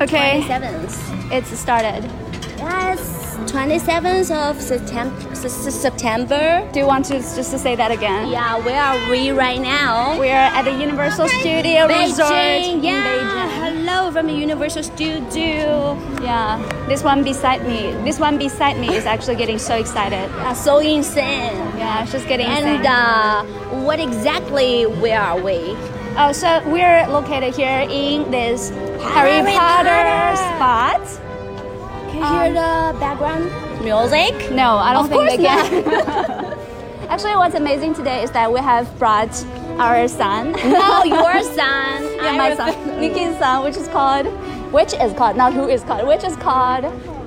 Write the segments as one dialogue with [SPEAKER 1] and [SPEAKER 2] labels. [SPEAKER 1] Okay,
[SPEAKER 2] 27th.
[SPEAKER 1] it's started.
[SPEAKER 2] Yes, 27th of Septem- S- S- September.
[SPEAKER 1] Do you want to just to say that again?
[SPEAKER 2] Yeah, where are we right now?
[SPEAKER 1] We are at the Universal Studio Resort in
[SPEAKER 2] Beijing. Yeah,
[SPEAKER 1] Beijing.
[SPEAKER 2] hello from the Universal Studio.
[SPEAKER 1] Yeah, this one beside me, this one beside me is actually getting so excited.
[SPEAKER 2] Uh, so insane.
[SPEAKER 1] Yeah, she's getting
[SPEAKER 2] And
[SPEAKER 1] excited.
[SPEAKER 2] uh, what exactly where are we?
[SPEAKER 1] Oh, so we're located here in this Harry
[SPEAKER 2] Harry
[SPEAKER 1] Potter
[SPEAKER 2] Potter.
[SPEAKER 1] spot. Um,
[SPEAKER 2] Can you hear the background Um, music?
[SPEAKER 1] No, I don't
[SPEAKER 2] Of
[SPEAKER 1] think they
[SPEAKER 2] course
[SPEAKER 1] can. Actually, what's amazing today is that we have brought our son.
[SPEAKER 2] Oh, your son.
[SPEAKER 1] yeah, my son, Nikki's son, which is called, which is called, not who is called, which is called.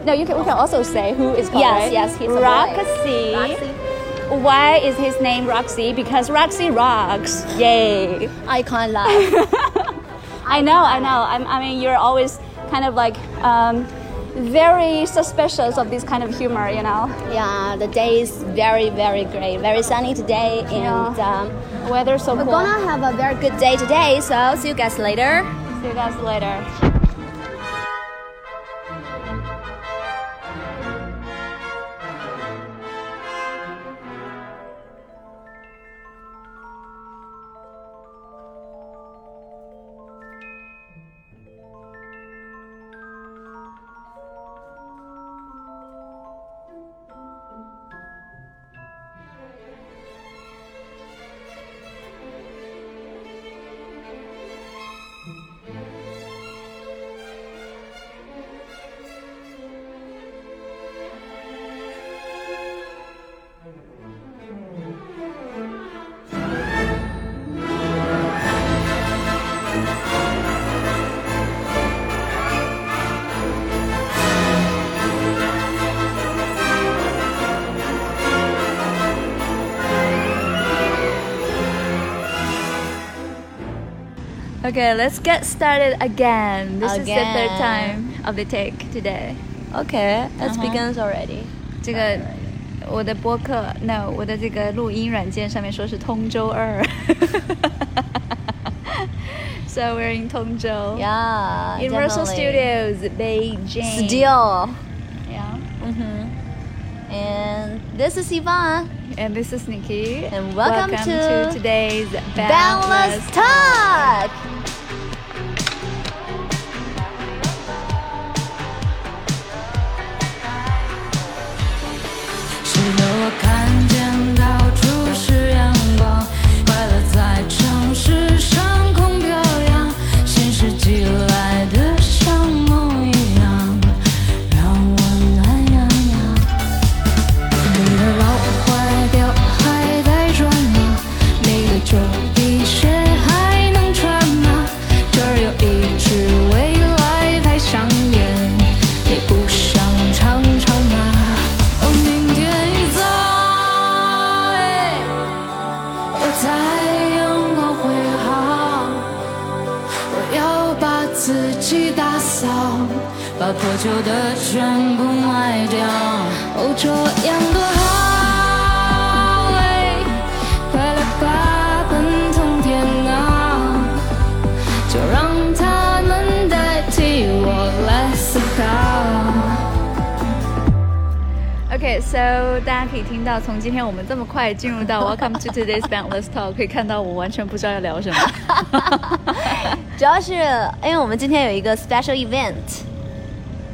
[SPEAKER 1] No, you can. We can also say who is called.
[SPEAKER 2] Yes,
[SPEAKER 1] right?
[SPEAKER 2] yes, he's a boy.
[SPEAKER 1] Roxy.
[SPEAKER 2] Roxy.
[SPEAKER 1] Why is his name Roxy? Because Roxy rocks. Yay.
[SPEAKER 2] Icon love.
[SPEAKER 1] I know, I know. I'm, I mean, you're always kind of like um, very suspicious of this kind of humor, you know.
[SPEAKER 2] yeah, the day is very, very great. Very sunny today, and
[SPEAKER 1] Yeah.
[SPEAKER 2] um,
[SPEAKER 1] Weather's so
[SPEAKER 2] we're
[SPEAKER 1] cool.
[SPEAKER 2] gonna have a very good day today. So see you guys later.
[SPEAKER 1] See you guys later. Okay, let's get started again. This is the third
[SPEAKER 2] Again.
[SPEAKER 1] time of the take today.
[SPEAKER 2] Okay, let's
[SPEAKER 1] Uh-huh.
[SPEAKER 2] begin already.
[SPEAKER 1] 这个我的播客，no，我的这个录音软件上面说是通州二。so we're in 通州
[SPEAKER 2] Yeah,
[SPEAKER 1] Universal
[SPEAKER 2] definitely.
[SPEAKER 1] Studios Beijing.
[SPEAKER 2] Studio.
[SPEAKER 1] Yeah.
[SPEAKER 2] hmm And this is Yvonne.
[SPEAKER 1] And this is Nikki.
[SPEAKER 2] And welcome
[SPEAKER 1] to,
[SPEAKER 2] to
[SPEAKER 1] today's
[SPEAKER 2] Boundless
[SPEAKER 1] Boundless
[SPEAKER 2] Talk.
[SPEAKER 3] 啊 Oh，把破旧的全部卖掉，哦，这样多好哎！快乐吧，奔腾电脑，就让他们代替我来思考。
[SPEAKER 1] OK，so、大家可以听到，从今天我们这么快进入到 Welcome to today's Boundless Talk，可以看到我完全不知道要聊什么。
[SPEAKER 2] 主要是因为我们今天有一个 special event。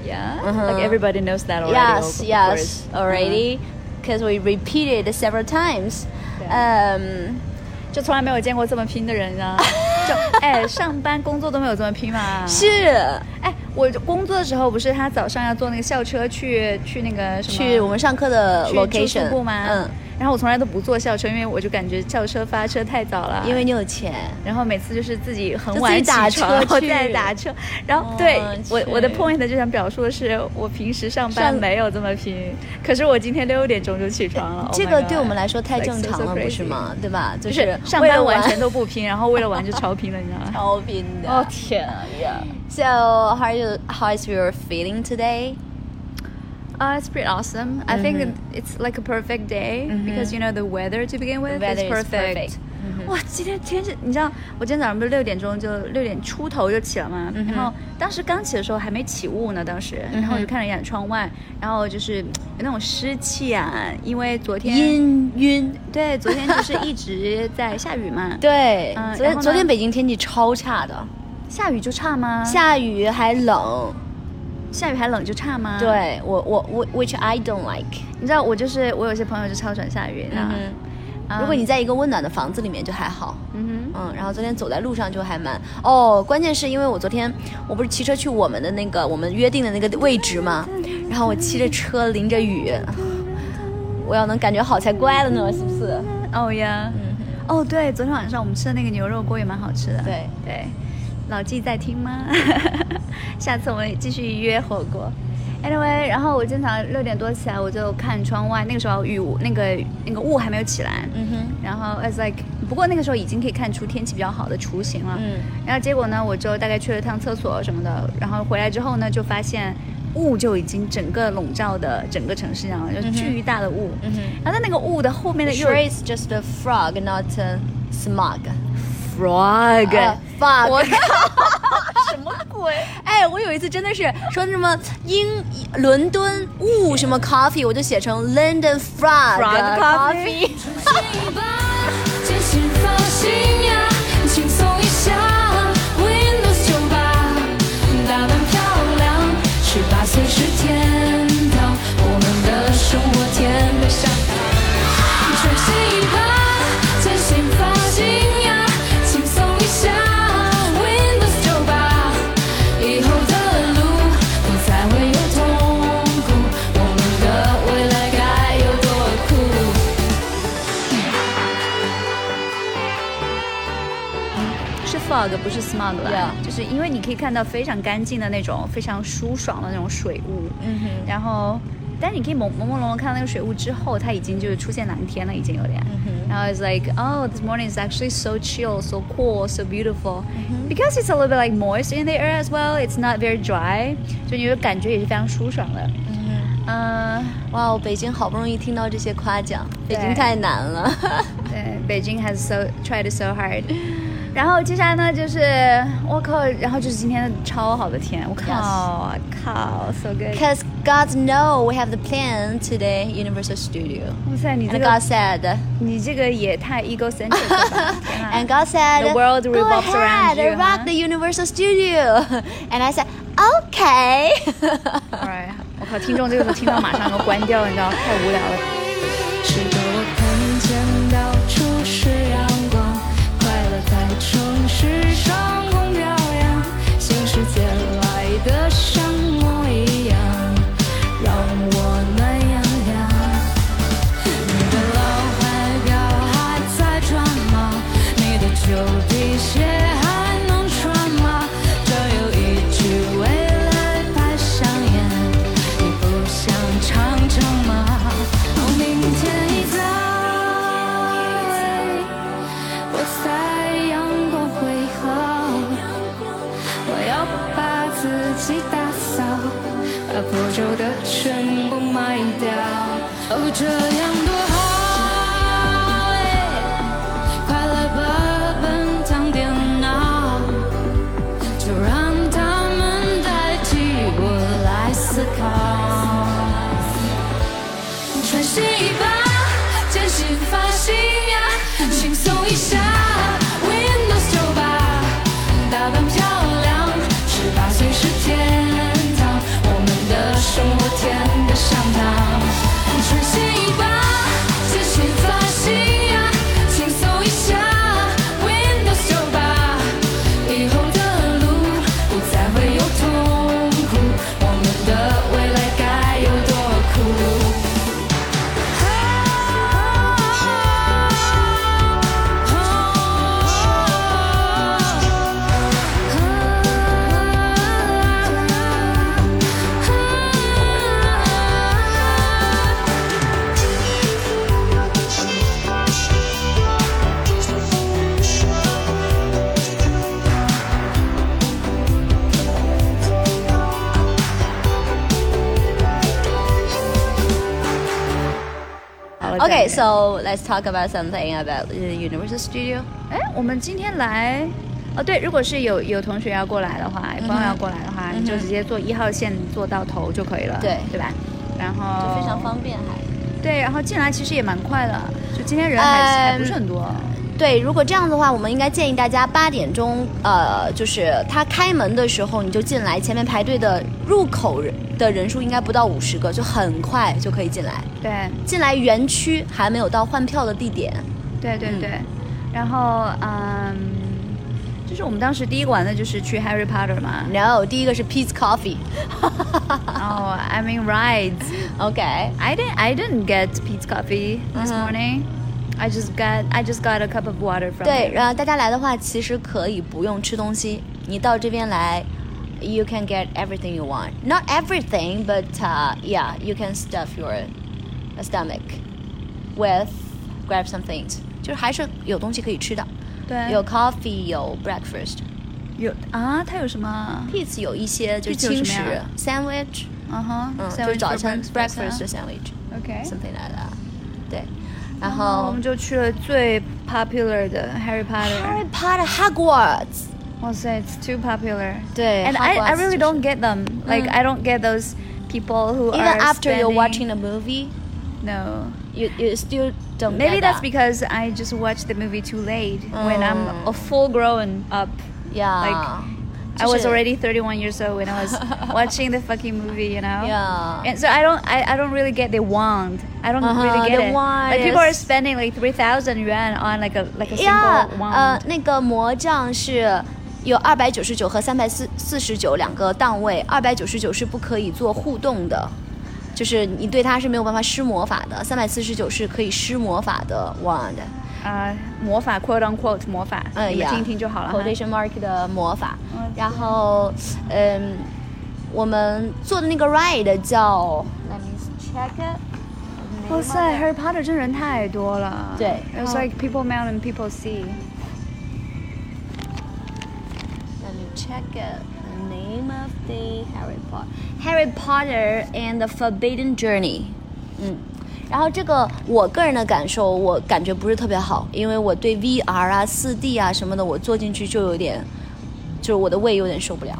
[SPEAKER 1] Yeah，、
[SPEAKER 2] 哼
[SPEAKER 1] like everybody knows that already.
[SPEAKER 2] Yes,
[SPEAKER 1] of
[SPEAKER 2] yes,
[SPEAKER 1] course. Uh-huh.
[SPEAKER 2] already, because we repeated several times.
[SPEAKER 1] Yeah.
[SPEAKER 2] Um,
[SPEAKER 1] 就从来没有见过这么拼的人啊！就哎，上班工作都没有这么拼嘛。
[SPEAKER 2] 是
[SPEAKER 1] 哎，我工作的时候不是他早上要坐那个校车去去那个什么
[SPEAKER 2] 去我们上课的
[SPEAKER 1] 去住宿
[SPEAKER 2] location
[SPEAKER 1] 部吗？
[SPEAKER 2] 嗯，。
[SPEAKER 1] 然后我从来都不坐校车，因为我就感觉校车发车太早了。
[SPEAKER 2] 因为你有钱，
[SPEAKER 1] 然后每次就是自己很
[SPEAKER 2] 就自己
[SPEAKER 1] 晚起
[SPEAKER 2] 打
[SPEAKER 1] 床
[SPEAKER 2] 车
[SPEAKER 1] 然后
[SPEAKER 2] 去
[SPEAKER 1] 再打车。然后对
[SPEAKER 2] 哦
[SPEAKER 1] 我我的
[SPEAKER 2] 去
[SPEAKER 1] point 就想表述的是，我平时上班
[SPEAKER 2] 上
[SPEAKER 1] 没有这么拼，可是我今天六点钟就起床了。
[SPEAKER 2] 哎这
[SPEAKER 1] Oh my
[SPEAKER 2] 个
[SPEAKER 1] God，
[SPEAKER 2] 对我们来说太
[SPEAKER 1] like
[SPEAKER 2] 正
[SPEAKER 1] so,
[SPEAKER 2] 常
[SPEAKER 1] so
[SPEAKER 2] 了，不是
[SPEAKER 1] crazy？
[SPEAKER 2] 吗？对吧？就
[SPEAKER 1] 就是
[SPEAKER 2] 是
[SPEAKER 1] 上
[SPEAKER 2] 为了
[SPEAKER 1] 班完
[SPEAKER 2] 玩
[SPEAKER 1] 全都不拼，然后为了玩就超拼了，你知道吗？
[SPEAKER 2] 超拼的。
[SPEAKER 1] 哦天啊
[SPEAKER 2] So how are you? How is your feeling today?
[SPEAKER 1] ！Uh, it's pretty awesome.
[SPEAKER 2] Mm-hmm.
[SPEAKER 1] I think it's like a perfect day because you know the weather to begin with
[SPEAKER 2] The weather
[SPEAKER 1] is
[SPEAKER 2] is
[SPEAKER 1] perfect.
[SPEAKER 2] perfect. Mhm.
[SPEAKER 1] 哇，今天天气，你知道，我今天早上不是六点钟就六点出头就起了嘛，
[SPEAKER 2] Mm-hmm.
[SPEAKER 1] 然后当时刚起的时候还没起雾呢，当时，然后我就看了一眼窗外，然后就是有那种湿气啊，因为昨天
[SPEAKER 2] 阴晕。，
[SPEAKER 1] 对，昨天就是一直在下雨嘛
[SPEAKER 2] 对，
[SPEAKER 1] 嗯
[SPEAKER 2] 昨
[SPEAKER 1] 然
[SPEAKER 2] 天
[SPEAKER 1] 后
[SPEAKER 2] 昨天
[SPEAKER 1] 呢
[SPEAKER 2] 北京天气超差的，
[SPEAKER 1] 下雨就差吗？
[SPEAKER 2] 下雨还冷。
[SPEAKER 1] 下雨还冷就差吗？，
[SPEAKER 2] 对我我我，which I don't like。
[SPEAKER 1] 你知道我就是我有些朋友就超喜欢下雨的，
[SPEAKER 2] 嗯
[SPEAKER 1] 嗯
[SPEAKER 2] 如果你在一个温暖的房子里面就还好。
[SPEAKER 1] 嗯
[SPEAKER 2] 嗯，然后昨天走在路上就还蛮哦，关键是因为我昨天我不是骑车去我们的那个我们约定的那个位置嘛，然后我骑着车淋着雨，我要能感觉好才乖了呢，是不是？
[SPEAKER 1] 哼，哦呀，
[SPEAKER 2] 嗯
[SPEAKER 1] 哦对，昨天晚上我们吃的那个牛肉锅也蛮好吃的，
[SPEAKER 2] 对，
[SPEAKER 1] 对，老纪在听吗？ 下次我们继续约火锅。Anyway，然后我经常六点多起来，我就看窗外，那个时候雨那个那个雾还没有起来，
[SPEAKER 2] 嗯哼，
[SPEAKER 1] 然后 it's like，不过那个时候已经可以看出天气比较好的雏形了。
[SPEAKER 2] 嗯，
[SPEAKER 1] 然后结果呢，我就大概去了趟厕所什么的，然后回来之后呢，就发现雾就已经整个笼罩的整个城市上了，就巨大的雾。
[SPEAKER 2] 嗯哼
[SPEAKER 1] 然后在那个雾的后面的
[SPEAKER 2] The
[SPEAKER 1] 又
[SPEAKER 2] sure is just a frog, not a smog.
[SPEAKER 1] frog，、
[SPEAKER 2] 啊 frog.
[SPEAKER 1] 我 靠，什么鬼？
[SPEAKER 2] 哎，我有一次真的是说什么英伦敦雾什么 coffee，我就写成 London frog,
[SPEAKER 1] Frog coffee
[SPEAKER 3] 一把键盘放心呀，轻松一下。Windows 九八，打扮漂亮。十八岁是天堂，我们的生活甜得像糖。喘息一把，键盘放心呀，轻松一下。Windows 九八，以后的路不再会有痛苦，我们的未来该有多酷？
[SPEAKER 1] 是 fog 不是 smog 了
[SPEAKER 2] Yeah
[SPEAKER 1] 就是因为你可以看到非常干净的那种非常舒爽的那种水雾，
[SPEAKER 2] 嗯哼
[SPEAKER 1] 然后，但是你可以朦朦朦胧胧看到那个水雾之后，它已经就是出现蓝天了，已经有点。
[SPEAKER 2] 嗯
[SPEAKER 1] 然后 it's like oh this morning is actually so chill, so cool, so beautiful,
[SPEAKER 2] 嗯
[SPEAKER 1] because it's a little bit like moist in the air as well. It's not very dry，就你的感觉也是非常舒爽的。嗯、
[SPEAKER 2] 哇哦，北京好不容易听到这些夸奖，北
[SPEAKER 1] 对
[SPEAKER 2] 京太难了。
[SPEAKER 1] 对，北京 has so tried so hard。然后接下来呢，就是我靠，然后就是今天的超好的天，我靠靠，so good！
[SPEAKER 2] Cause God know we have the plan today, Universal Studio.
[SPEAKER 1] 哇塞，你这
[SPEAKER 2] And
[SPEAKER 1] 个
[SPEAKER 2] God said,
[SPEAKER 1] 你这个也太 egocentric 了吧，天啊
[SPEAKER 2] and God said,
[SPEAKER 1] The world
[SPEAKER 2] go
[SPEAKER 1] revolves around
[SPEAKER 2] ahead,
[SPEAKER 1] you,
[SPEAKER 2] rock
[SPEAKER 1] huh?
[SPEAKER 2] the Universal Studio. And I said, okay.
[SPEAKER 1] Alright，我靠，听众这个时候听到马上要关掉，你知道，太无聊了。
[SPEAKER 3] 是个我看见到处是阳光，快乐在城市上空飘扬，新世界来的像我一样，让我暖洋洋。你的老怀表还在转吗？你的旧皮鞋还能穿吗？这有一句未来白香烟，你不想尝尝吗？哦，明天一早，我在阳光汇合。我要把自己打扫，把破旧的全部卖掉。哦，这样多好哎！快乐吧，奔向电脑，就让他们代替我来思考。喘息一把，剪新发型呀，轻松一下。Windows 九八，打扮漂亮，十八岁是天堂，我们的生活甜得像糖。喘息一把，
[SPEAKER 2] Okay, so let's talk about something about the Universal Studio.
[SPEAKER 1] 哎，我们今天来，哦对，如果是有有同学要过来的话，有
[SPEAKER 2] 嗯
[SPEAKER 1] 朋友要过来的话，你就直接坐一号线坐到头就可以了，
[SPEAKER 2] 对
[SPEAKER 1] 对吧？然后
[SPEAKER 2] 非常方便还。
[SPEAKER 1] 对，然后进来其实也蛮快的，就今天人还、
[SPEAKER 2] 嗯
[SPEAKER 1] 还不是很多，
[SPEAKER 2] 对，如果这样的话，我们应该建议大家八点钟，呃，就是他开门的时候你就进来，前面排队的入口人的人数应该不到五十个，就很快就可以进来。
[SPEAKER 1] 对
[SPEAKER 2] 进来园区还没有到换票的地点，
[SPEAKER 1] 对对
[SPEAKER 2] 嗯
[SPEAKER 1] 对，然后嗯，就是我们当时第一个玩的就是去 Harry Potter 嘛，
[SPEAKER 2] 然后第一个是 Peace Coffee，
[SPEAKER 1] 然后 I mean rides。
[SPEAKER 2] OK，
[SPEAKER 1] I didn't. I didn't get Pete's coffee this
[SPEAKER 2] Uh-huh.
[SPEAKER 1] morning. I just got. I just got a cup of water from.
[SPEAKER 2] 对，
[SPEAKER 1] him.
[SPEAKER 2] 然后大家来的话，其实可以不用吃东西，你到这边来，you can get everything you want. Not everything, but、uh, yeah, you can stuff your stomach with grab some things，就是还是有东西可以吃的，
[SPEAKER 1] 对，
[SPEAKER 2] 有 coffee，有 breakfast。
[SPEAKER 1] 有啊，他有什么？
[SPEAKER 2] Pizza 有一些就是
[SPEAKER 1] Pizza 有
[SPEAKER 2] 轻
[SPEAKER 1] 什
[SPEAKER 2] 食
[SPEAKER 1] 么呀
[SPEAKER 2] ，sandwich，
[SPEAKER 1] 嗯哼，
[SPEAKER 2] 嗯，就
[SPEAKER 1] sandwich
[SPEAKER 2] 是早
[SPEAKER 1] for
[SPEAKER 2] 餐
[SPEAKER 1] breakfast 啊
[SPEAKER 2] breakfast 的 sandwich，something
[SPEAKER 1] OK，
[SPEAKER 2] like that。对，然
[SPEAKER 1] 然后我
[SPEAKER 2] 后
[SPEAKER 1] 们就去了最 popular 的 Harry Potter。
[SPEAKER 2] Harry Potter Hogwarts。
[SPEAKER 1] 哇塞，it's too popular。
[SPEAKER 2] 对
[SPEAKER 1] And I I
[SPEAKER 2] Hogwarts
[SPEAKER 1] really
[SPEAKER 2] 就是
[SPEAKER 1] don't get them. Like
[SPEAKER 2] 嗯
[SPEAKER 1] I don't get those people who
[SPEAKER 2] even
[SPEAKER 1] are
[SPEAKER 2] after you're
[SPEAKER 1] spending-
[SPEAKER 2] watching the movie,
[SPEAKER 1] No.
[SPEAKER 2] you you still don't.
[SPEAKER 1] Maybe
[SPEAKER 2] get
[SPEAKER 1] that's
[SPEAKER 2] that.
[SPEAKER 1] because I just watched the movie too late when I'm
[SPEAKER 2] 嗯
[SPEAKER 1] a full grown up.
[SPEAKER 2] yeah,
[SPEAKER 1] I was
[SPEAKER 2] 就是-
[SPEAKER 1] already 31 years old when I was watching the fucking movie, you know.
[SPEAKER 2] yeah.
[SPEAKER 1] And so I don't, I, I don't really get the wand. I don't
[SPEAKER 2] Uh-huh,
[SPEAKER 1] really
[SPEAKER 2] the
[SPEAKER 1] get it.
[SPEAKER 2] wand
[SPEAKER 1] Like people are
[SPEAKER 2] is-
[SPEAKER 1] spending like three thousand yuan on like a like a single
[SPEAKER 2] yeah，呃 uh,
[SPEAKER 1] wand.，
[SPEAKER 2] 那个魔杖是有二百九十九和三百四四十九两个档位，二百九十九是不可以做互动的，就是你对它是没有办法施魔法的，三百四十九是可以施魔法的 wand。
[SPEAKER 1] 啊、Uh, 魔法 quote unquote 魔法，
[SPEAKER 2] 嗯，
[SPEAKER 1] 你们
[SPEAKER 2] Oh, yeah
[SPEAKER 1] 听一听就好了哈。
[SPEAKER 2] quotation mark 的魔法
[SPEAKER 1] 我知道。
[SPEAKER 2] 然后，嗯，我们做的那个 ride 叫，Let me check it。
[SPEAKER 1] 哇塞，Harry Potter 真人太多了。
[SPEAKER 2] 对
[SPEAKER 1] ，It was
[SPEAKER 2] 嗯
[SPEAKER 1] like people mountain, people sea.
[SPEAKER 2] Let me check it. The name of the Harry Potter. Harry Potter and the Forbidden Journey. 嗯，然后这个我个人的感受，我感觉不是特别好，因为我对 VR 啊、四 D 啊什么的，我坐进去就有点，就是我的胃有点受不了。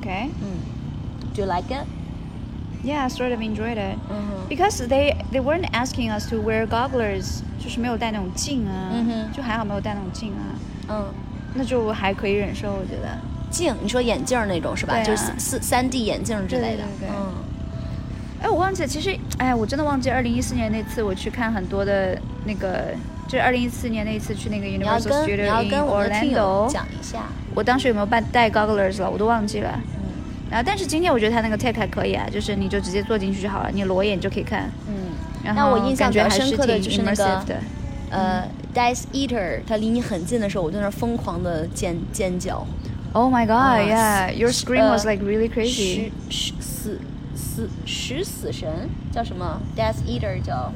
[SPEAKER 1] Okay.
[SPEAKER 2] 嗯，Do you like it？
[SPEAKER 1] Yeah, I sort of enjoyed it.
[SPEAKER 2] 嗯哼
[SPEAKER 1] Because they they weren't asking us to wear goggles，就是没有戴那种镜啊，
[SPEAKER 2] 嗯哼
[SPEAKER 1] 就还好没有戴那种镜啊，
[SPEAKER 2] 嗯，
[SPEAKER 1] 那就还可以忍受，我觉得。
[SPEAKER 2] 镜，你说眼镜儿那种是吧？
[SPEAKER 1] 对啊
[SPEAKER 2] 就是四四三 D 眼镜儿之类的。
[SPEAKER 1] 对对对对
[SPEAKER 2] 嗯
[SPEAKER 1] 哎，我忘记了，其实，哎，我真的忘记二零一四年那次我去看很多的那个，就是二零一四年那一次去那个
[SPEAKER 2] 你要
[SPEAKER 1] Universal
[SPEAKER 2] 跟你
[SPEAKER 1] Studio
[SPEAKER 2] 要
[SPEAKER 1] in
[SPEAKER 2] 跟我们的听友
[SPEAKER 1] Orlando，
[SPEAKER 2] 讲一下。
[SPEAKER 1] 我当时有没有戴戴 goggles 了，我都忘记了。
[SPEAKER 2] 嗯
[SPEAKER 1] 然后，啊但是今天我觉得它那个 tech 还可以啊，就是你就直接坐进去就好了，你裸眼就可以看。
[SPEAKER 2] 嗯。
[SPEAKER 1] 然
[SPEAKER 2] 那
[SPEAKER 1] 后
[SPEAKER 2] 我印
[SPEAKER 1] 感
[SPEAKER 2] 象比
[SPEAKER 1] 觉
[SPEAKER 2] 较
[SPEAKER 1] 还
[SPEAKER 2] 深刻的
[SPEAKER 1] 挺
[SPEAKER 2] 就是那
[SPEAKER 1] immersive
[SPEAKER 2] 个
[SPEAKER 1] 的
[SPEAKER 2] 呃，Dice Eater，它离你很近的时候，我在那儿疯狂的尖尖叫，
[SPEAKER 1] Oh my
[SPEAKER 2] 啊
[SPEAKER 1] god, yeah, your
[SPEAKER 2] 十
[SPEAKER 1] scream was
[SPEAKER 2] 呃
[SPEAKER 1] like really crazy.
[SPEAKER 2] 食食呃死死食死神叫什么？Death Eater 叫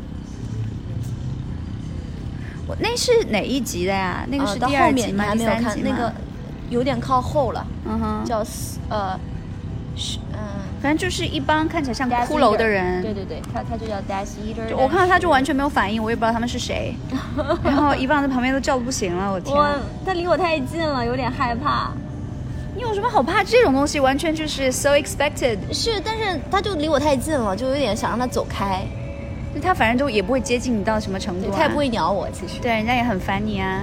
[SPEAKER 1] 我那是哪一集的呀？那个
[SPEAKER 2] 啊
[SPEAKER 1] 是
[SPEAKER 2] 到
[SPEAKER 1] 第二
[SPEAKER 2] 后
[SPEAKER 1] 集
[SPEAKER 2] 面你
[SPEAKER 1] 吗？
[SPEAKER 2] 还
[SPEAKER 1] 第
[SPEAKER 2] 没有
[SPEAKER 1] 三
[SPEAKER 2] 看
[SPEAKER 1] 集
[SPEAKER 2] 那
[SPEAKER 1] 吗
[SPEAKER 2] 个，有点靠后了，
[SPEAKER 1] 嗯哼，
[SPEAKER 2] 叫死呃是嗯
[SPEAKER 1] 反正就是一帮看起来像
[SPEAKER 2] Death
[SPEAKER 1] 骷髅
[SPEAKER 2] Eater，
[SPEAKER 1] 的人。
[SPEAKER 2] 对对对，他他就叫 Death Eater，
[SPEAKER 1] 就我看到他就完
[SPEAKER 2] 全
[SPEAKER 1] 全没有反应，我也不知道他们是谁。然后一棒在旁边都叫的不行了，我天啊！
[SPEAKER 2] 我他离我太近了，有点害怕。
[SPEAKER 1] 你有什么好怕？这种东西完全就是 so expected，
[SPEAKER 2] 是，但是他就离我太近了，就有点想让他走开，
[SPEAKER 1] 就他反正都也不会接近你到什么程
[SPEAKER 2] 对
[SPEAKER 1] 度、啊，
[SPEAKER 2] 他也不会鸟我，其实。
[SPEAKER 1] 对人家也很烦你啊。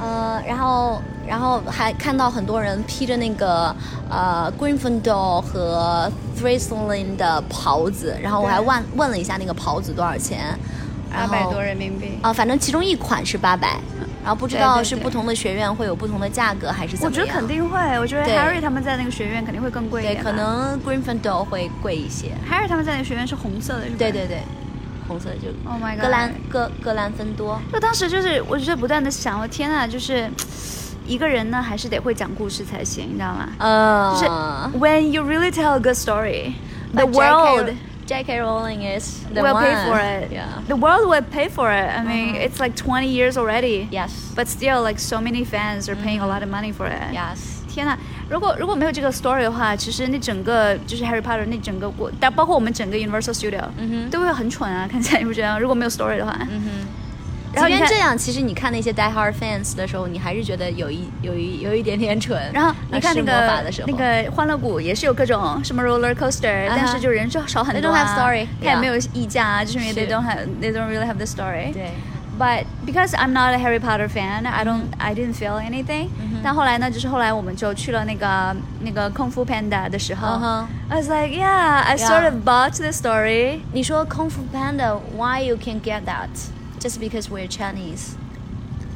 [SPEAKER 2] 呃，然后然后还看到很多人披着那个呃 Gryffindor 和 t h r i s l i n 的袍子，然后我还
[SPEAKER 1] 对
[SPEAKER 2] 问问了一下那个袍子多少钱，
[SPEAKER 1] 八
[SPEAKER 2] 然
[SPEAKER 1] 百
[SPEAKER 2] 后
[SPEAKER 1] 多人民币，
[SPEAKER 2] 啊、反正其中一款是八百，然后不知
[SPEAKER 1] 对
[SPEAKER 2] 道
[SPEAKER 1] 对
[SPEAKER 2] 是
[SPEAKER 1] 对
[SPEAKER 2] 不同的学院会有不同的价格还是怎
[SPEAKER 1] 我
[SPEAKER 2] 么
[SPEAKER 1] 觉
[SPEAKER 2] 样？
[SPEAKER 1] 得肯定会，我觉得
[SPEAKER 2] 对
[SPEAKER 1] Harry 他们在那个学院肯定会更贵一
[SPEAKER 2] 对，
[SPEAKER 1] 点吧。
[SPEAKER 2] 可能 Gryffindor 会贵一些，
[SPEAKER 1] Harry 他们在那个学院是红色的，是吧？
[SPEAKER 2] 对对对，红色就
[SPEAKER 1] Oh my god
[SPEAKER 2] 格兰格格兰芬多，
[SPEAKER 1] 就当时就是，我就在不断的想，我天呐，就是一个人呢，还是得会讲故事才行，你知道吗？
[SPEAKER 2] 呃，
[SPEAKER 1] 就是 When you really tell a good story, the
[SPEAKER 2] But
[SPEAKER 1] world
[SPEAKER 2] J.K. Rowling is the
[SPEAKER 1] will
[SPEAKER 2] one.
[SPEAKER 1] pay for it.
[SPEAKER 2] Yeah.
[SPEAKER 1] The world will pay for it. I mean,
[SPEAKER 2] Mhm.
[SPEAKER 1] it's like 20 years already.
[SPEAKER 2] Yes. Uh-huh.
[SPEAKER 1] But still, like so many fans are paying a lot of money for it.
[SPEAKER 2] yes.
[SPEAKER 1] 天呐！如果如果没有这个 story 的话，其实那整个就是 Harry Potter 那整个过，但包括我们整个 Universal Studio，嗯都会很蠢啊，看起来你不 觉得吗？如果没有 story 的话，嗯然
[SPEAKER 2] Mm-hmm. 即
[SPEAKER 1] 后你
[SPEAKER 2] 便
[SPEAKER 1] 看
[SPEAKER 2] 这样，其实你看那些 Die Hard fans 的时候，你还是觉得有一有一有一点点蠢。
[SPEAKER 1] 然后你
[SPEAKER 2] 啊
[SPEAKER 1] 看
[SPEAKER 2] 施
[SPEAKER 1] 那
[SPEAKER 2] 魔法
[SPEAKER 1] 个
[SPEAKER 2] 的时候，
[SPEAKER 1] 那个欢乐谷也是有各种什么 roller coaster，、
[SPEAKER 2] 啊哈
[SPEAKER 1] 但是就人就少很
[SPEAKER 2] They
[SPEAKER 1] 多、
[SPEAKER 2] don't
[SPEAKER 1] 啊。
[SPEAKER 2] have story，
[SPEAKER 1] 它也
[SPEAKER 2] yeah
[SPEAKER 1] 没有溢价啊，就是因为 they
[SPEAKER 2] 是
[SPEAKER 1] don't have they don't really have the story。
[SPEAKER 2] 对，
[SPEAKER 1] But because I'm not a Harry Potter fan, I don't I didn't feel anything、但后来呢，就是后来我们就去了那个那个 Kung Fu Panda 的时候、
[SPEAKER 2] 嗯哼
[SPEAKER 1] I was like, yeah, I
[SPEAKER 2] Yeah
[SPEAKER 1] sort of bought the story.
[SPEAKER 2] 你说 Kung Fu Panda why you can get that just because we're Chinese？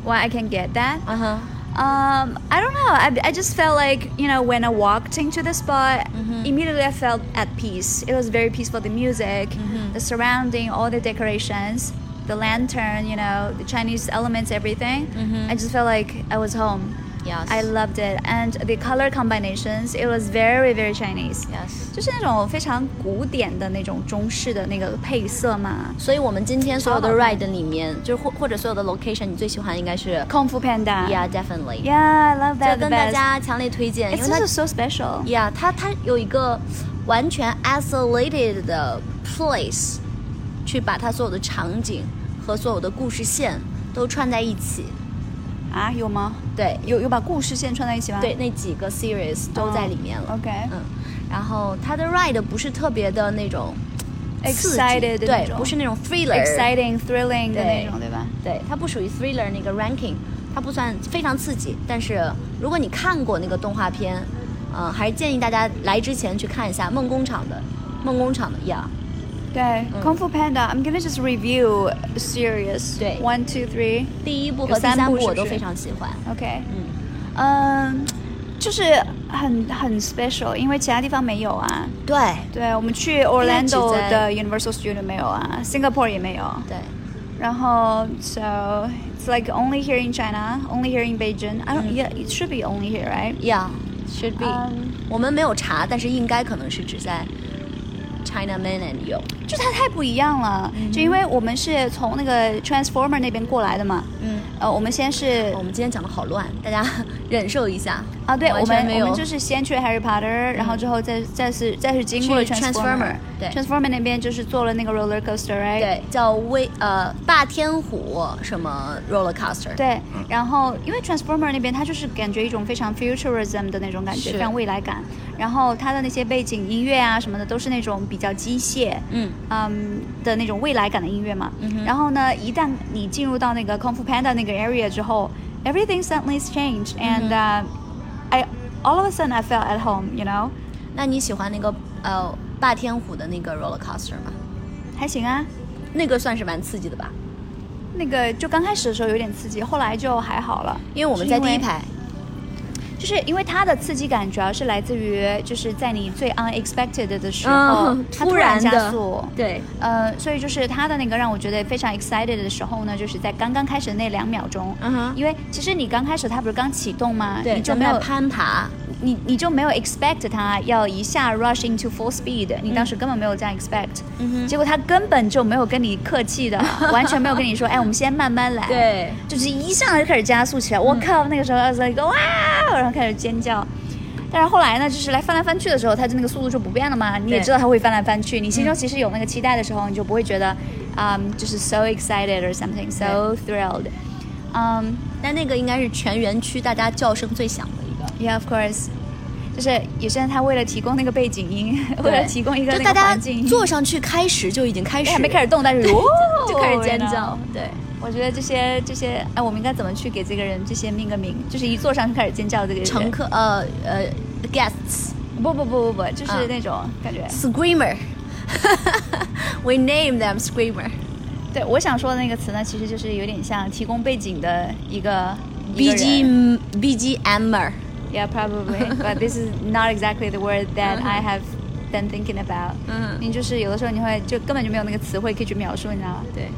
[SPEAKER 1] Why I can get that?
[SPEAKER 2] 嗯哼，
[SPEAKER 1] Um, I don't know. I, I just felt like, you know, when I walked into the spot, immediately I felt at peace. It was very peaceful. The music, the surrounding, all the decorations, the lantern, you know, the Chinese elements, everything. I just felt like I was home.
[SPEAKER 2] Yes.
[SPEAKER 1] I loved it. And the color combinations, it was very, very Chinese.
[SPEAKER 2] Yes.
[SPEAKER 1] 就是那种非常古典的那种中式的那个配色嘛。
[SPEAKER 2] 所以我们今天所有的
[SPEAKER 1] 超好看
[SPEAKER 2] ride 里面，就是或或者所有的 location，你最喜欢应该是
[SPEAKER 1] Kung Fu Panda.
[SPEAKER 2] Yeah definitely。
[SPEAKER 1] Yeah, I love
[SPEAKER 2] 这
[SPEAKER 1] that.
[SPEAKER 2] 跟
[SPEAKER 1] the
[SPEAKER 2] 大
[SPEAKER 1] best.
[SPEAKER 2] 家强烈推荐，因
[SPEAKER 1] It's
[SPEAKER 2] 为它
[SPEAKER 1] just so special.
[SPEAKER 2] Yeah，它它有一个完全 isolated 的 place，去把它所有的场景和所有的故事线都串在一起。
[SPEAKER 1] 啊，有吗？
[SPEAKER 2] 对，
[SPEAKER 1] 有有把故事线串在一起吗？
[SPEAKER 2] 对，那几个 series 都在里面了。
[SPEAKER 1] 哦 OK
[SPEAKER 2] 嗯，然后它的 ride 不是特别的那种刺激
[SPEAKER 1] ，excited 的那
[SPEAKER 2] 对，
[SPEAKER 1] 种
[SPEAKER 2] 不是那种 thriller。
[SPEAKER 1] exciting thrilling 的
[SPEAKER 2] 对
[SPEAKER 1] 那种，对吧？
[SPEAKER 2] 对，它不属于 thriller 那个 ranking，它不算非常刺激。但是如果你看过那个动画片，嗯、还是建议大家来之前去看一下梦工厂的，梦工厂的呀。
[SPEAKER 1] 对，Kung
[SPEAKER 2] 嗯
[SPEAKER 1] Fu Panda，I'm gonna just review series
[SPEAKER 2] 对
[SPEAKER 1] one two three，
[SPEAKER 2] 第一部
[SPEAKER 1] 有
[SPEAKER 2] 和第
[SPEAKER 1] 三
[SPEAKER 2] 三
[SPEAKER 1] 部
[SPEAKER 2] 部
[SPEAKER 1] 是
[SPEAKER 2] 我
[SPEAKER 1] 不
[SPEAKER 2] 都
[SPEAKER 1] 是
[SPEAKER 2] 非常喜欢。
[SPEAKER 1] OK，
[SPEAKER 2] 嗯，
[SPEAKER 1] 嗯，就是很很 special，因为其他地方没有啊。
[SPEAKER 2] 对
[SPEAKER 1] 对，我们去
[SPEAKER 2] 该只
[SPEAKER 1] Orlando
[SPEAKER 2] 在
[SPEAKER 1] 的 Universal Studio 没有啊，Singapore 也没有。
[SPEAKER 2] 对，
[SPEAKER 1] 然后，so it's like only here in China，only here in Beijing。I
[SPEAKER 2] Mm.
[SPEAKER 1] don't, yeah, it should be only here, right?
[SPEAKER 2] 呀、should be、
[SPEAKER 1] 嗯
[SPEAKER 2] 我们没有查，但是应该可能是只在 China mainland 有。
[SPEAKER 1] 就它太不一样了，
[SPEAKER 2] Mm.
[SPEAKER 1] 就因为我们是从那个 Transformer 那边过来的嘛，
[SPEAKER 2] 嗯，
[SPEAKER 1] 呃，我们先是
[SPEAKER 2] 我们今天讲的好乱，大家 忍受一下。
[SPEAKER 1] 啊，对，
[SPEAKER 2] 完
[SPEAKER 1] 啊我
[SPEAKER 2] 全
[SPEAKER 1] 们
[SPEAKER 2] 没
[SPEAKER 1] 我
[SPEAKER 2] 有 Mm.
[SPEAKER 1] 们就是先去 Harry Potter，然后之后再再是再是经过了
[SPEAKER 2] 去
[SPEAKER 1] Transformer，
[SPEAKER 2] Transformer，对
[SPEAKER 1] Transformer 那边就是坐了那个 roller coaster，right？
[SPEAKER 2] 对，叫威呃霸天虎什么 roller coaster。
[SPEAKER 1] 对，然后因为 Transformer 那边它就是感觉一种非常 futurism 的那种感觉，
[SPEAKER 2] 是
[SPEAKER 1] 非常未来感。然后它的那些背景音乐啊什么的都是那种比较机械，
[SPEAKER 2] 嗯
[SPEAKER 1] 嗯的那种未来感的音乐嘛。
[SPEAKER 2] 嗯哼
[SPEAKER 1] 然后呢，一旦你进入到那个 Kung Fu Panda 那个 area 之后，everything suddenly is changed
[SPEAKER 2] 嗯
[SPEAKER 1] and、I uh, all of a sudden I felt at home, you know？
[SPEAKER 2] 那你喜欢那个呃霸天虎的那个 roller coaster 吗？
[SPEAKER 1] 还行啊。
[SPEAKER 2] 那个算是蛮刺激的吧，
[SPEAKER 1] 那个就刚开始的时候有点刺激，后来就还好了。
[SPEAKER 2] 因为我们
[SPEAKER 1] 是
[SPEAKER 2] 在第一
[SPEAKER 1] 为
[SPEAKER 2] 排。
[SPEAKER 1] 就是因为它的刺激感主要是来自于，就是在你最 unexpected 的时候，
[SPEAKER 2] 嗯
[SPEAKER 1] 它
[SPEAKER 2] 突
[SPEAKER 1] 突
[SPEAKER 2] 然的
[SPEAKER 1] 加速。
[SPEAKER 2] 对，
[SPEAKER 1] 呃，所以就是它的那个让我觉得非常 excited 的时候呢，就是在刚刚开始的那两秒钟，
[SPEAKER 2] 嗯哼
[SPEAKER 1] 因为其实你刚开始它不是刚启动吗？
[SPEAKER 2] 对，
[SPEAKER 1] 你就
[SPEAKER 2] 咱们
[SPEAKER 1] 没有
[SPEAKER 2] 要攀爬，
[SPEAKER 1] 你你就没有 expect 它要一下 rush into full speed，你当时根本没有这样 expect，、
[SPEAKER 2] 嗯哼
[SPEAKER 1] 结果它根本就没有跟你客气 的，完全没有跟你说，哎，我们先慢慢来，
[SPEAKER 2] 对
[SPEAKER 1] 就是一上来就开始加速起来，我
[SPEAKER 2] 嗯
[SPEAKER 1] 靠，那个时候 I was like 哇，然后开始尖叫。但是后来呢，就是来翻来翻去的时候，它就那个速度就不变了嘛。你也
[SPEAKER 2] 对嗯
[SPEAKER 1] 知道它会翻来翻去，你心中其实有那个期待的时候，你就不会觉得，嗯、就是 so excited or something so thrilled，嗯、
[SPEAKER 2] 但那个应该是全园区大家叫声最响的一个。
[SPEAKER 1] Yeah, of course。就是有些人他为了提供那个背景音，为了提供一个
[SPEAKER 2] 就
[SPEAKER 1] 那
[SPEAKER 2] 大
[SPEAKER 1] 个
[SPEAKER 2] 家
[SPEAKER 1] 环境音，哎
[SPEAKER 2] 坐上去开始就已经开始，
[SPEAKER 1] 还没开始动，但是哦
[SPEAKER 2] 就开始尖。
[SPEAKER 1] you
[SPEAKER 2] 叫
[SPEAKER 1] know，
[SPEAKER 2] 对。
[SPEAKER 1] 我觉得这些这些，哎，我们应该怎么去给这个人这些命个名？就是一坐上就开始尖叫的这个人，
[SPEAKER 2] 乘客呃呃 guests
[SPEAKER 1] 不不不不不，就
[SPEAKER 2] 啊
[SPEAKER 1] 是那种感觉。
[SPEAKER 2] screamer。We name them screamer
[SPEAKER 1] 对，我想说的那个词呢，其实就是有点像提供背景的一个。
[SPEAKER 2] B
[SPEAKER 1] 一个人
[SPEAKER 2] G B G M R。
[SPEAKER 1] Yeah, probably. But this is not exactly the word that I have been thinking about.
[SPEAKER 2] 嗯
[SPEAKER 1] 你就是有的时候你会就根本就没有那个词汇可以去描述，你知道吗？
[SPEAKER 2] 对，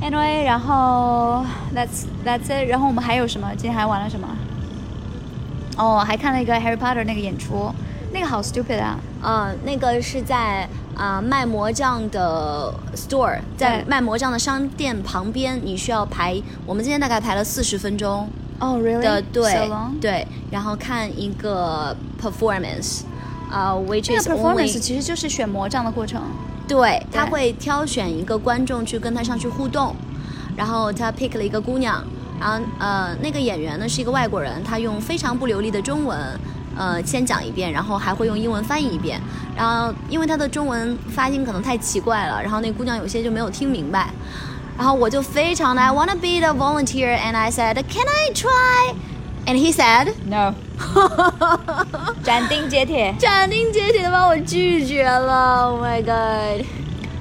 [SPEAKER 1] Anyway，然后 that's that's it。然后我们还有什么？今天还玩了什么？哦、还看了一个 Harry Potter 那个演出，那个好 stupid 啊！
[SPEAKER 2] 呃，那个是在啊、呃卖魔杖的 store，在
[SPEAKER 1] 对
[SPEAKER 2] 卖魔杖的商店旁边，你需要排。我们今天大概排了四十分钟，
[SPEAKER 1] 哦，really？
[SPEAKER 2] 的
[SPEAKER 1] So
[SPEAKER 2] 对
[SPEAKER 1] long？
[SPEAKER 2] 对，然后看一个 performance，啊、w h i c
[SPEAKER 1] 这
[SPEAKER 2] h
[SPEAKER 1] 个
[SPEAKER 2] is only
[SPEAKER 1] performance 其实就是选魔杖的过程。
[SPEAKER 2] 对，他
[SPEAKER 1] 对
[SPEAKER 2] 会挑选一个观众去跟他上去互动，然后他 pick 了一个姑娘，然后呃，那个演员呢是一个外国人，他用非常不流利的中文，呃，先讲一遍，然后还会用英文翻译一遍，然后因为他的中文发音可能太奇怪了，然后那姑娘有些就没有听明白，然后我就非常的 I wanna be the volunteer and I said can I try and he said
[SPEAKER 1] No，斩钉截铁，
[SPEAKER 2] 斩钉截铁的把我拒绝了，Oh my god。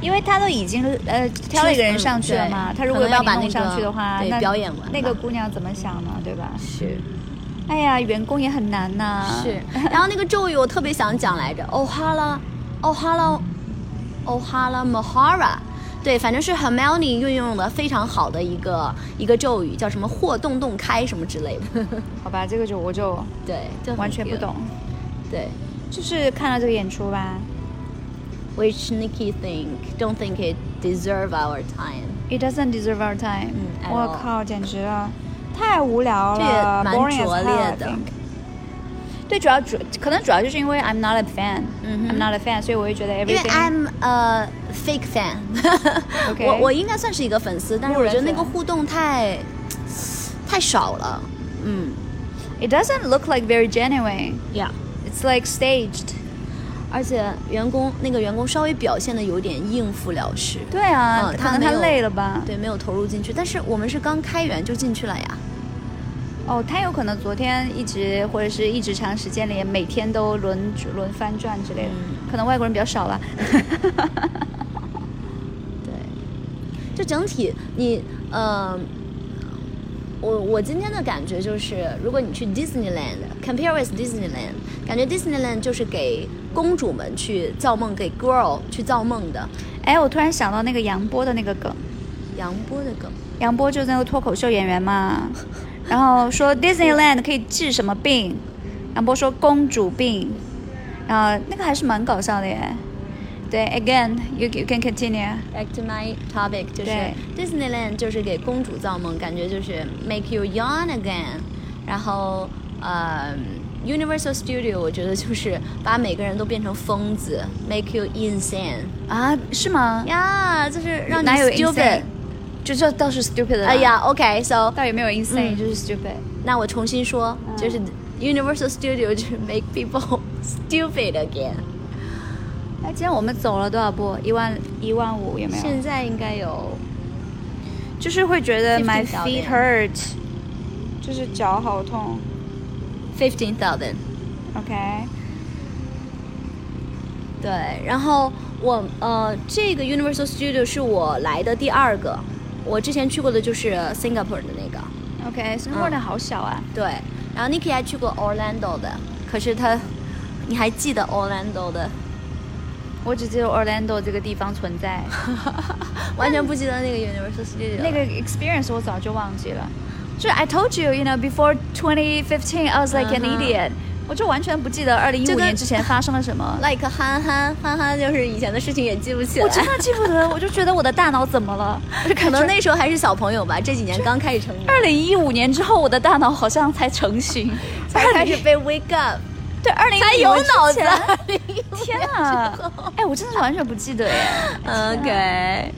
[SPEAKER 1] 因为他都已经呃挑了一个人上去了嘛，
[SPEAKER 2] 对
[SPEAKER 1] 他如果
[SPEAKER 2] 可能要把
[SPEAKER 1] 你弄
[SPEAKER 2] 那个
[SPEAKER 1] 上去的话，
[SPEAKER 2] 对
[SPEAKER 1] 那
[SPEAKER 2] 表演完吧
[SPEAKER 1] 那个姑娘怎么想呢？对吧？
[SPEAKER 2] 是
[SPEAKER 1] 哎呀，员工也很难呐。
[SPEAKER 2] 是，啊然后那个咒语我特别想讲来着，哦哈啦，哦哈啦，哦哈啦 mahara，对，反正是 Hermione 运用的非常好的一个一个咒语，叫什么霍洞洞开什么之类的，
[SPEAKER 1] 好吧，这个就我就
[SPEAKER 2] 对，就很
[SPEAKER 1] 完全不
[SPEAKER 2] cute
[SPEAKER 1] 懂，，
[SPEAKER 2] 对。
[SPEAKER 1] 就是看了这个演出吧。
[SPEAKER 2] Which Nikki think don't think it deserve our time？
[SPEAKER 1] It doesn't deserve our time
[SPEAKER 2] 嗯，at
[SPEAKER 1] 我
[SPEAKER 2] all
[SPEAKER 1] 靠，简直了，太无聊
[SPEAKER 2] 这也
[SPEAKER 1] 了
[SPEAKER 2] 蛮
[SPEAKER 1] ，boring as
[SPEAKER 2] 拙
[SPEAKER 1] hell,
[SPEAKER 2] 劣
[SPEAKER 1] I
[SPEAKER 2] 的
[SPEAKER 1] think。对，主要主可能主要就是因为 I'm not a fan，
[SPEAKER 2] 嗯哼
[SPEAKER 1] I'm not a fan，所以我会觉得
[SPEAKER 2] 因为
[SPEAKER 1] everything
[SPEAKER 2] I'm a fake fan，
[SPEAKER 1] OK
[SPEAKER 2] 我我应该算是一个粉丝，但是
[SPEAKER 1] 路
[SPEAKER 2] 我
[SPEAKER 1] 人
[SPEAKER 2] 觉得那
[SPEAKER 1] 粉
[SPEAKER 2] 个互动太太少了，嗯
[SPEAKER 1] it doesn't look like very genuine。
[SPEAKER 2] ，Yeah。
[SPEAKER 1] It's like staged。
[SPEAKER 2] 而且员工那个员工稍微表现的有点应付了事，
[SPEAKER 1] 对啊，
[SPEAKER 2] 嗯
[SPEAKER 1] 可能
[SPEAKER 2] 没
[SPEAKER 1] 他
[SPEAKER 2] 有
[SPEAKER 1] 累了吧？
[SPEAKER 2] 对，没有投入进去。但是我们是刚开园就进去了呀，
[SPEAKER 1] 哦，他有可能昨天一直或者是一直长时间里每天都轮轮番转之类的，
[SPEAKER 2] 嗯
[SPEAKER 1] 可能外国人比较少吧。
[SPEAKER 2] 对，就整体你呃，我我今天的感觉就是，如果你去 Disneyland compare with Disneyland，感觉 Disneyland 就是给公主们去造梦，给 girl 去造梦的。
[SPEAKER 1] 哎，我突然想到那个杨波的那个梗，
[SPEAKER 2] 杨波的梗，
[SPEAKER 1] 杨波就是那个脱口秀演员嘛，然后说 Disneyland 可以治什么病，杨波说公主病，然后那个还是蛮搞笑的耶。对，again，you you can continue。
[SPEAKER 2] Back to my topic，就是
[SPEAKER 1] 对
[SPEAKER 2] Disneyland 就是给公主造梦，感觉就是 make you yawn again。然后呃，Universal Studio 我觉得就是把每个人都变成疯子，make you insane
[SPEAKER 1] 啊，是吗？
[SPEAKER 2] 呀就是让你
[SPEAKER 1] 哪有
[SPEAKER 2] stupid
[SPEAKER 1] insane？。就啊这倒是 stupid 了。
[SPEAKER 2] 哎，呀，OK，so、
[SPEAKER 1] 倒也没有 insane，、
[SPEAKER 2] 嗯
[SPEAKER 1] 就是 stupid。
[SPEAKER 2] 那我重新说，
[SPEAKER 1] 嗯
[SPEAKER 2] 就是 Universal Studio 就是 make people stupid again。
[SPEAKER 1] 哎，今天我们走了多少步？一万一万五有没有？
[SPEAKER 2] 现在应该有
[SPEAKER 1] 就是会觉得 my
[SPEAKER 2] 15,000
[SPEAKER 1] feet hurt，就是脚好痛。
[SPEAKER 2] fifteen thousand。
[SPEAKER 1] OK，
[SPEAKER 2] 对，然后我呃，这个 Universal Studio 是我来的第二个，我之前去过的就是 Singapore 的那个，
[SPEAKER 1] OK，新加坡的好小啊。
[SPEAKER 2] 对。然后 Niki 还去过 Orlando 的，可是他，你还记得 Orlando 的，
[SPEAKER 1] 我只记得 Orlando 这个地方存 在，
[SPEAKER 2] 完全不记得那个 Universal Studio
[SPEAKER 1] 那个 experience 我早就忘记了。就 I told you，you know before 2015 I was like an
[SPEAKER 2] 嗯哼
[SPEAKER 1] idiot，、我就完全不记得2015
[SPEAKER 2] 就跟
[SPEAKER 1] 年之前发生了什 么。
[SPEAKER 2] like 憨憨憨憨，就是以前的事情也记不起来。
[SPEAKER 1] 我真的记不得，我就觉得我的大脑怎么了？我就
[SPEAKER 2] 可
[SPEAKER 1] 感
[SPEAKER 2] 能
[SPEAKER 1] 觉
[SPEAKER 2] 那时候还是小朋友吧，这几年刚开始成年，
[SPEAKER 1] 二零一五年之后，我的大脑好像才成型，
[SPEAKER 2] 才开始被 wake up，
[SPEAKER 1] 对，二零
[SPEAKER 2] 才有脑子。
[SPEAKER 1] 天啊！哎，我真的是完全不记 得耶。
[SPEAKER 2] OK，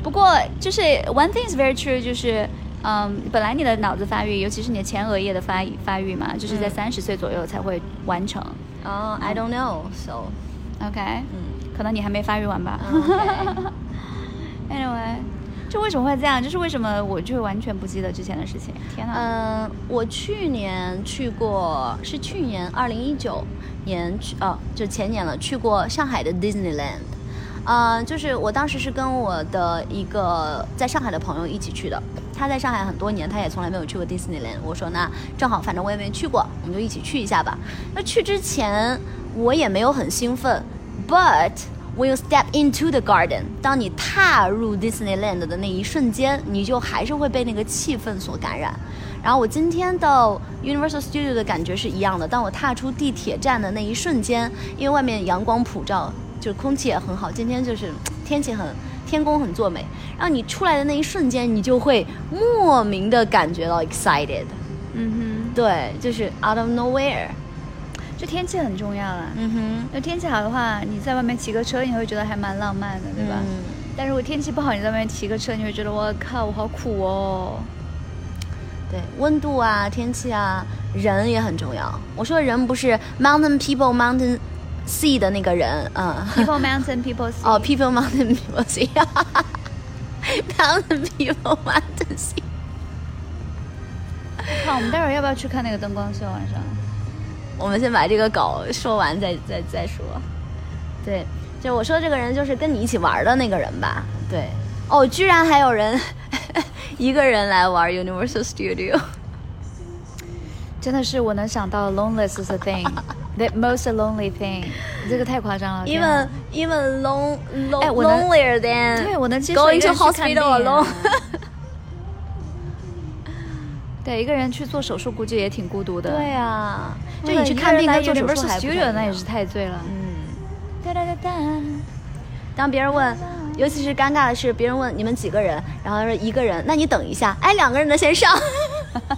[SPEAKER 1] 不过就是 one thing is very true，就是嗯，本来你的脑子发育，尤其是你的前额叶的发发育嘛，就是在
[SPEAKER 2] 嗯
[SPEAKER 1] 三十岁左右才会完成。
[SPEAKER 2] 哦、i don't know，so，
[SPEAKER 1] OK，
[SPEAKER 2] 嗯。
[SPEAKER 1] 可能你还没发育完吧。
[SPEAKER 2] OK
[SPEAKER 1] 嗯 anyway，就为什么会这样？就是为什么我就完全不记得之前的事情？天呐！
[SPEAKER 2] 嗯，我去年去过，是去年二零一九年去，哦，就前年了，去过上海的 Disneyland。呃，就是我当时是跟我的一个在上海的朋友一起去的，他在上海很多年，他也从来没有去过 Disneyland。我说那正好，反正我也没去过，我们就一起去一下吧。那去之前我也没有很兴奋，but when you step into the garden，当你踏入 Disneyland 的那一瞬间，你就还是会被那个气氛所感染。然后我今天到 Universal Studio 的感觉是一样的。当我踏出地铁站的那一瞬间，因为外面阳光普照，就是空气也很好，今天就是天气很天公很作美。然后你出来的那一瞬间，你就会莫名的感觉到 excited。
[SPEAKER 1] 嗯
[SPEAKER 2] 对，就是 out of nowhere。
[SPEAKER 1] 哼，这天气很重要啦。
[SPEAKER 2] 嗯哼，
[SPEAKER 1] 那天气好的话，你在外面骑个车，你会觉得还蛮浪漫的，对吧？
[SPEAKER 2] 嗯
[SPEAKER 1] 但如果天气不好，你在外面骑个车，你会觉得我靠，我好苦 哦。
[SPEAKER 2] 对，温度啊，天气啊，人也很重要。我说人不是 mountain people mountain sea 的那个人，嗯，
[SPEAKER 1] People mountain, people sea。
[SPEAKER 2] 哦，people mountain people sea，mountain people mountain sea。
[SPEAKER 1] 靠，我们待会儿要不要去看那个灯光秀晚上？
[SPEAKER 2] 我们先把这个稿说完再，再再说。对，就我说这个人就是跟你一起玩的那个人吧。对，哦，居然还有人 一个人来玩 Universal Studio。
[SPEAKER 1] 真的是我能想到 loneliness is a thing, the most lonely thing。这 个太夸张了。天啊
[SPEAKER 2] even even long long
[SPEAKER 1] 哎我能
[SPEAKER 2] lonelier than
[SPEAKER 1] 对我能接受一
[SPEAKER 2] going
[SPEAKER 1] 个
[SPEAKER 2] to
[SPEAKER 1] 人去看啊
[SPEAKER 2] hospital
[SPEAKER 1] 病
[SPEAKER 2] alone 。
[SPEAKER 1] 对，一个人去做手术估计也挺孤独的。
[SPEAKER 2] 对啊，
[SPEAKER 1] 就
[SPEAKER 2] 对
[SPEAKER 1] 你去看病
[SPEAKER 2] 一个人
[SPEAKER 1] 跟
[SPEAKER 2] 来
[SPEAKER 1] 做手
[SPEAKER 2] Universal
[SPEAKER 1] 术 studio 那也是太醉了。
[SPEAKER 2] 嗯，
[SPEAKER 1] 哒哒哒哒。
[SPEAKER 2] 当别人问，尤其是尴尬的是，别人问你们几个人，然后说一个人，那你等一下，哎，两个人的先上。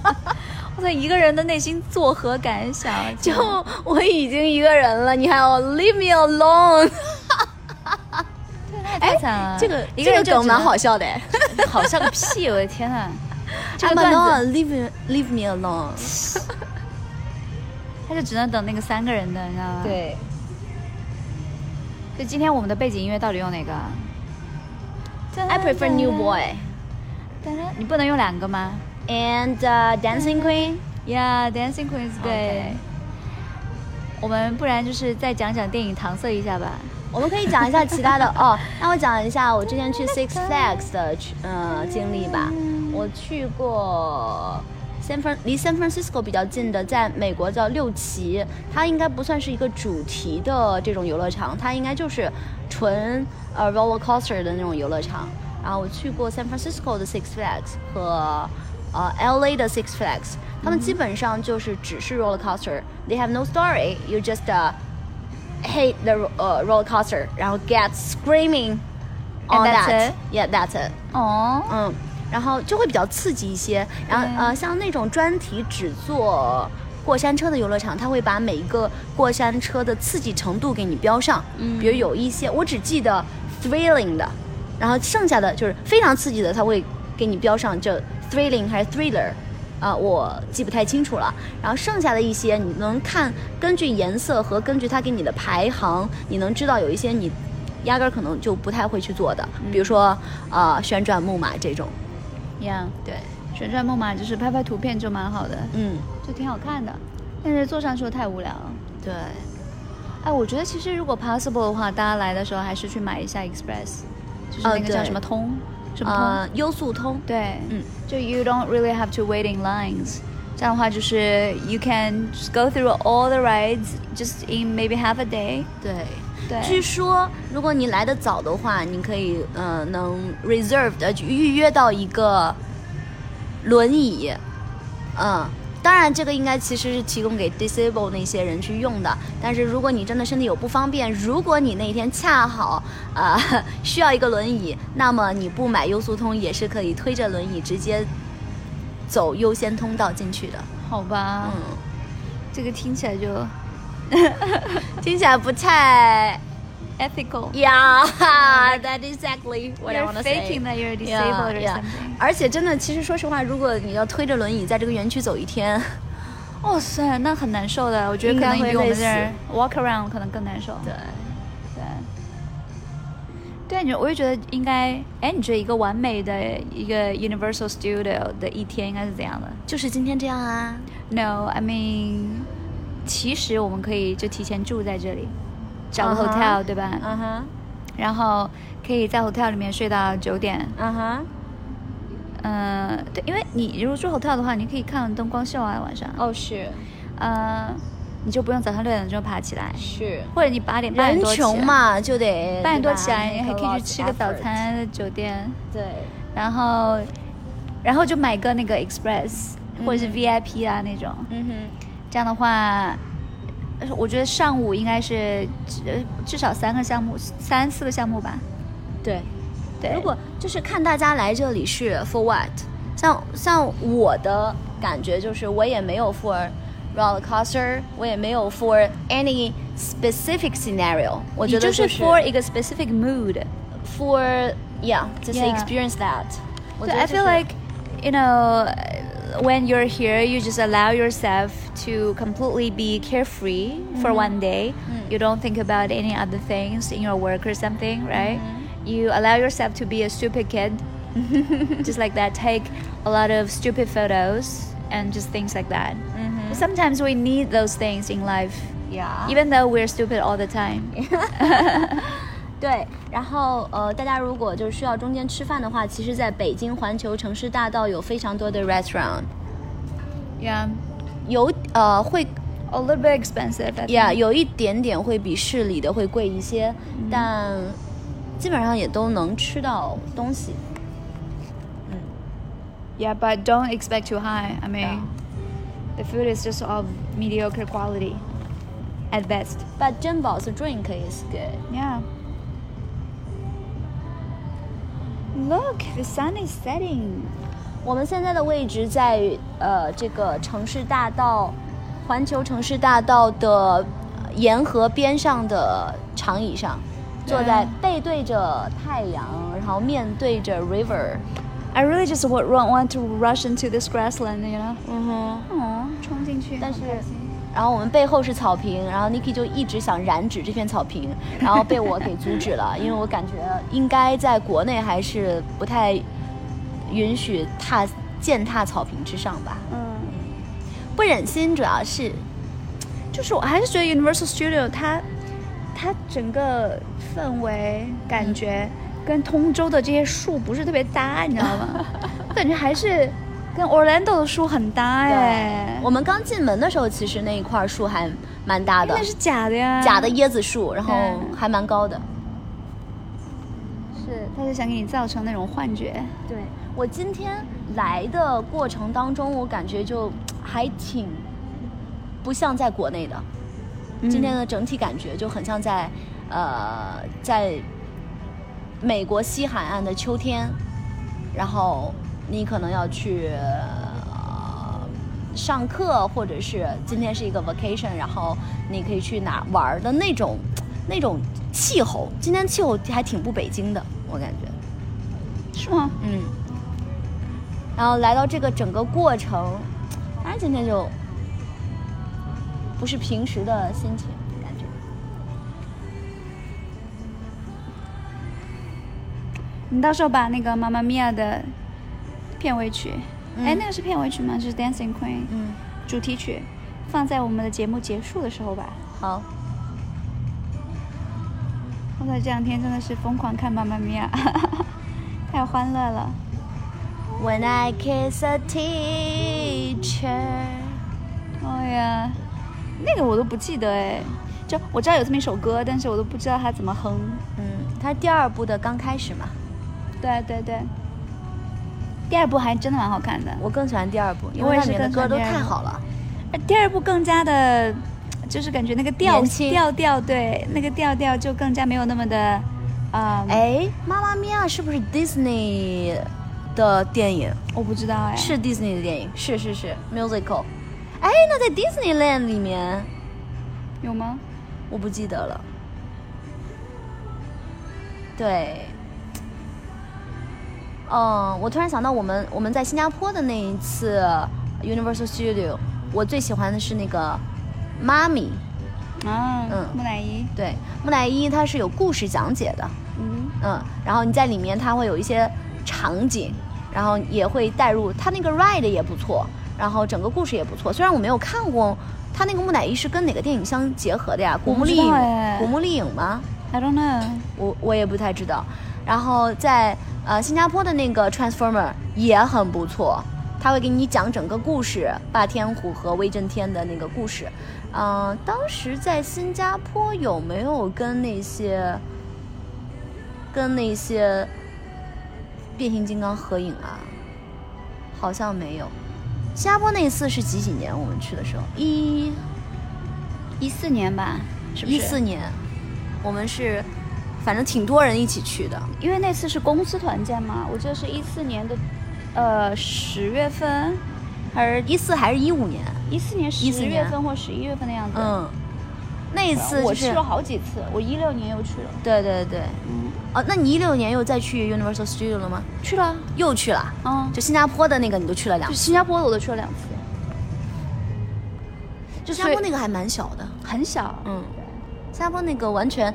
[SPEAKER 1] 我在一个人的内心作何感想？
[SPEAKER 2] 就我已经一个人了，你还要 leave me alone？
[SPEAKER 1] 太惨了。
[SPEAKER 2] 哎这个
[SPEAKER 1] 一个人
[SPEAKER 2] 这个
[SPEAKER 1] 就
[SPEAKER 2] 梗
[SPEAKER 1] 只
[SPEAKER 2] 蛮
[SPEAKER 1] 能
[SPEAKER 2] 好，笑的哎。
[SPEAKER 1] 好笑个屁！我的天 呐，这个
[SPEAKER 2] I'm
[SPEAKER 1] 段
[SPEAKER 2] alone,
[SPEAKER 1] 子
[SPEAKER 2] leave me, leave me alone。
[SPEAKER 1] 他就只能等那个三个人的，你知道吗？。
[SPEAKER 2] 对，
[SPEAKER 1] 就今天我们的背景音乐到底用哪个啊
[SPEAKER 2] I prefer New Boy
[SPEAKER 1] 你不能用两个吗
[SPEAKER 2] and、uh, Dancing Queen。
[SPEAKER 1] ？Yeah, Dancing Queens 对
[SPEAKER 2] OK。
[SPEAKER 1] 我们不然就是再讲讲电影搪塞一下吧。
[SPEAKER 2] 我们可以讲一下其他的哦。 那我讲一下我之前去 Six Flags 的去呃经历吧。我去过 San Fran 离 San Francisco 比较近的，在美国叫六旗，它应该不算是一个主题的这种游乐场，它应该就是纯呃 roller coaster 的那种游乐场。然后我去过 San Francisco 的 Six Flags 和呃 LA 的 Six Flags，他们基本上就是只是 roller coaster，they have no story，you just、hate the uh, roller coaster 然后 get screaming
[SPEAKER 1] And
[SPEAKER 2] on
[SPEAKER 1] that's
[SPEAKER 2] that.
[SPEAKER 1] it?
[SPEAKER 2] Yeah, that's it.
[SPEAKER 1] 哦，
[SPEAKER 2] 嗯，然后就会比较刺激一些。然后呃，像那种专题只做过山车的游乐场，它会把每一个过山车的刺激程度给你标上。嗯，比如有一些我只记得 thrilling 的，然后剩下的就是非常刺激的，它会给你标上这 thrilling 还是 thriller。啊、我记不太清楚了。然后剩下的一些，你能看根据颜色和根据它给你的排行，你能知道有一些你压根儿可能就不太会去做的，比如说呃旋转木马这种。
[SPEAKER 1] 一样。
[SPEAKER 2] 对，
[SPEAKER 1] 旋转木马就是拍拍图片就蛮好的，
[SPEAKER 2] 嗯，
[SPEAKER 1] 就挺好看的，但是坐上去太无聊了。
[SPEAKER 2] 对，
[SPEAKER 1] 哎，我觉得其实如果 possible 的话，大家来的时候还是去买一下 Express，就是那
[SPEAKER 2] 哦
[SPEAKER 1] 个
[SPEAKER 2] 对
[SPEAKER 1] 叫什么通，什么通？
[SPEAKER 2] 呃优速通。
[SPEAKER 1] 对，
[SPEAKER 2] 嗯，
[SPEAKER 1] 就 you don't really have to wait in lines。这样的话就是 you can just go through all the rides just in maybe half a day。
[SPEAKER 2] 对。
[SPEAKER 1] 对
[SPEAKER 2] 据说如果你来的早的话，你可以呃能 reserved 呃预约到一个轮椅，嗯。当然，这个应该其实是提供给 disable 那些人去用的。但是如果你真的身体有不方便，如果你那天恰好啊、呃 需要一个轮椅，那么你不买优速通也是可以推着轮椅直接走优先通道进去的。嗯
[SPEAKER 1] 好吧，这个听起来就
[SPEAKER 2] 听起来不太
[SPEAKER 1] ethical。
[SPEAKER 2] Yeah，that exactly what I
[SPEAKER 1] You're
[SPEAKER 2] want to say.
[SPEAKER 1] faking that you're
[SPEAKER 2] Yeah,
[SPEAKER 1] disabled or
[SPEAKER 2] yeah.
[SPEAKER 1] something.
[SPEAKER 2] 而且真的，其实说实话，如果你要推着轮椅在这个园区走一天，
[SPEAKER 1] 哇塞，哦啊那很难受的，我觉得
[SPEAKER 2] 应
[SPEAKER 1] 可
[SPEAKER 2] 该
[SPEAKER 1] 能
[SPEAKER 2] 会
[SPEAKER 1] 比我们
[SPEAKER 2] 累
[SPEAKER 1] 这
[SPEAKER 2] 死
[SPEAKER 1] 儿 walk around 可能更难受。
[SPEAKER 2] 对，
[SPEAKER 1] 对，对，啊你我也觉得应该，哎，你觉得一个完美的一个 Universal Studio 的一天应该是怎样的
[SPEAKER 2] 就是今天这样啊。
[SPEAKER 1] ？No，I mean，其实我们可以就提前住在这里，找个
[SPEAKER 2] 嗯
[SPEAKER 1] hotel，、
[SPEAKER 2] 哼
[SPEAKER 1] 对吧
[SPEAKER 2] 嗯哼，
[SPEAKER 1] 然后可以在 hotel 里面睡到九点。
[SPEAKER 2] 嗯哼。
[SPEAKER 1] 嗯、对，因为你如果住 hotel 的话，你可以看灯光秀啊，晚上。
[SPEAKER 2] 哦，是
[SPEAKER 1] 呃，你就不用早上六点钟爬起来，
[SPEAKER 2] 是。
[SPEAKER 1] 或者你八点八点
[SPEAKER 2] 人
[SPEAKER 1] 多起来
[SPEAKER 2] 穷，嘛，就得
[SPEAKER 1] 八点多
[SPEAKER 2] 对吧
[SPEAKER 1] 起来，你还可
[SPEAKER 2] make a
[SPEAKER 1] 以去
[SPEAKER 2] lot
[SPEAKER 1] 吃个
[SPEAKER 2] of
[SPEAKER 1] 早
[SPEAKER 2] effort
[SPEAKER 1] 餐，酒店。
[SPEAKER 2] 对，
[SPEAKER 1] 然后，然后就买个那个 Express 或者是 VIP 啊那种。
[SPEAKER 2] 嗯
[SPEAKER 1] 这样的话，呃我觉得上午应该是至至少三个项目，三四个项目吧。
[SPEAKER 2] 哼，对。
[SPEAKER 1] 对，
[SPEAKER 2] 如果就是看大家来这里是 for what，像像我的感觉就是我也没有 for roller coaster，我也没有 for any specific scenario。我觉得
[SPEAKER 1] 你就是 for 一个 specific mood。
[SPEAKER 2] for yeah just
[SPEAKER 1] Yeah.
[SPEAKER 2] experience that。我
[SPEAKER 1] So
[SPEAKER 2] 觉得
[SPEAKER 1] I
[SPEAKER 2] 就
[SPEAKER 1] feel
[SPEAKER 2] 是
[SPEAKER 1] like, you know, uh, when you're here, you just allow yourself to completely be carefree for one day. You don't think about any other things in your work or something, right? You allow yourself to be a stupid kid, just like that. Take a lot of stupid photos and just things like that. Sometimes we need those things in life,
[SPEAKER 2] yeah
[SPEAKER 1] even though we're stupid all the time.
[SPEAKER 2] 对，然后呃，大家如果就是需要中间吃饭的话，其实在北京环球城市大道有非常多的 restaurant，
[SPEAKER 1] Yeah,
[SPEAKER 2] 有呃会
[SPEAKER 1] a little bit expensive. I think.
[SPEAKER 2] 呀有一点点会比市里的会贵一些，但基本上也都能吃到东西。
[SPEAKER 1] Yeah, but don't expect too high. I mean,
[SPEAKER 2] Yeah.
[SPEAKER 1] the food is just of mediocre quality at best.
[SPEAKER 2] But 珍宝 's drink is good.
[SPEAKER 1] Yeah. Look, the sun is setting.
[SPEAKER 2] 我们现在的位置在呃这个城市大道，环球城市大道的呃沿河边上的长椅上，坐在背对着太阳，然后面对着 river。
[SPEAKER 1] I really just would not want to rush into this grassland, you know?
[SPEAKER 2] 嗯哼。
[SPEAKER 1] 哦，冲进去，
[SPEAKER 2] 但是然后我们背后是草坪，然后 Niki 就一直想染指这片草坪，然后被我给阻止了，因为我感觉应该在国内还是不太允许踏践踏草坪之上吧，
[SPEAKER 1] 嗯，
[SPEAKER 2] 不忍心，主要是
[SPEAKER 1] 就是我还是觉得 Universal Studio 它它整个氛围感觉
[SPEAKER 2] 嗯
[SPEAKER 1] 跟通州的这些树不是特别搭，你知道吗？ 我感觉还是跟 Orlando 的树很搭哎。
[SPEAKER 2] 我们刚进门的时候，其实那一块树还蛮大的
[SPEAKER 1] 那，是假的呀，
[SPEAKER 2] 假的椰子树，然后
[SPEAKER 1] 嗯
[SPEAKER 2] 还蛮高的。
[SPEAKER 1] 是，他就想给你造成那种幻觉。
[SPEAKER 2] 对我今天来的过程当中，我感觉就还挺不像在国内的。今天的整体感觉就很像在呃，在美国西海岸的秋天，然后你可能要去、呃上课，或者是今天是一个 vacation，然后你可以去哪儿玩儿的那种那种气候。今天气候还挺不北京的，我感觉。
[SPEAKER 1] 是吗？
[SPEAKER 2] 嗯，然后来到这个整个过程，当然今天就不是平时的心情感觉。
[SPEAKER 1] 你到时候把那个《妈妈咪呀》的片尾曲，哎、那个是片尾曲吗？就是《Dancing Queen》
[SPEAKER 2] 嗯，
[SPEAKER 1] 主题曲，放在我们的节目结束的时候吧。
[SPEAKER 2] 好，
[SPEAKER 1] 我在这两天真的是疯狂看《妈妈咪呀》， 太欢乐了。
[SPEAKER 2] When I kiss a teacher，
[SPEAKER 1] 哦呀，那个我都不记得哎，就我知道有这么一首歌，但是我都不知道它怎么哼。
[SPEAKER 2] 嗯，它第二部的刚开始嘛，
[SPEAKER 1] 对对对，第二部还真的蛮好看的。
[SPEAKER 2] 我更喜欢第二部，因
[SPEAKER 1] 我
[SPEAKER 2] 为
[SPEAKER 1] 也
[SPEAKER 2] 它
[SPEAKER 1] 是
[SPEAKER 2] 里面的
[SPEAKER 1] 更喜欢
[SPEAKER 2] 歌都
[SPEAKER 1] 第二
[SPEAKER 2] 太
[SPEAKER 1] 部
[SPEAKER 2] 好了。
[SPEAKER 1] 呃第二部更加的，就是感觉那个调
[SPEAKER 2] 年轻
[SPEAKER 1] 调调，对，那个调调就更加没有那么的，啊、
[SPEAKER 2] 哎，妈妈咪呀，是不是 Disney 的电影？
[SPEAKER 1] 我不知道哎，
[SPEAKER 2] 是 Disney 的电影，是是是 musical。哎，那在 Disneyland 里面，
[SPEAKER 1] 有吗？
[SPEAKER 2] 我不记得了。对，嗯，我突然想到我们我们在新加坡的那一次 Universal Studio，我最喜欢的是那个妈咪，
[SPEAKER 1] 啊，
[SPEAKER 2] 嗯
[SPEAKER 1] 木乃伊，
[SPEAKER 2] 对，木乃伊它是有故事讲解的，
[SPEAKER 1] 嗯，
[SPEAKER 2] 嗯，然后你在里面它会有一些场景，然后也会带入它那个 ride 也不错，然后整个故事也不错。虽然我没有看过它那个木乃伊是跟哪个电影相结合的呀？古
[SPEAKER 1] 我不
[SPEAKER 2] 墓丽
[SPEAKER 1] 知道
[SPEAKER 2] 影
[SPEAKER 1] 哎，
[SPEAKER 2] 古墓丽影吗？
[SPEAKER 1] I don't know，
[SPEAKER 2] 我我也不太知道。然后在呃新加坡的那个 Transformer 也很不错，他会给你讲整个故事，霸天虎和威震天的那个故事。嗯、当时在新加坡有没有跟那些跟那些变形金刚合影啊？好像没有。新加坡那一次是几几年？我们去的时候一
[SPEAKER 1] 一四年吧，是不是？
[SPEAKER 2] 一四，年，我们是反正挺多人一起去的。
[SPEAKER 1] 因为那次是公司团建嘛，我记得是一四年的，呃，十月份而
[SPEAKER 2] 一四还是一五年？
[SPEAKER 1] 一四年十
[SPEAKER 2] 14
[SPEAKER 1] 月
[SPEAKER 2] 年
[SPEAKER 1] 份或十一月份的样子。
[SPEAKER 2] 嗯，那一次
[SPEAKER 1] 我
[SPEAKER 2] 就
[SPEAKER 1] 去
[SPEAKER 2] 是
[SPEAKER 1] 了好几次，我一六年又去了，
[SPEAKER 2] 对对对，哦，那你一六年又再去 Universal Studio 了吗？
[SPEAKER 1] 去了，啊
[SPEAKER 2] 又去了，啊
[SPEAKER 1] 嗯，
[SPEAKER 2] 就新加坡的那个你都去了两
[SPEAKER 1] 就
[SPEAKER 2] 次，
[SPEAKER 1] 新加坡的我都去了两次，就
[SPEAKER 2] 新
[SPEAKER 1] 所
[SPEAKER 2] 加
[SPEAKER 1] 以
[SPEAKER 2] 坡那个还蛮小的，
[SPEAKER 1] 很小，
[SPEAKER 2] 嗯，新加坡那个完全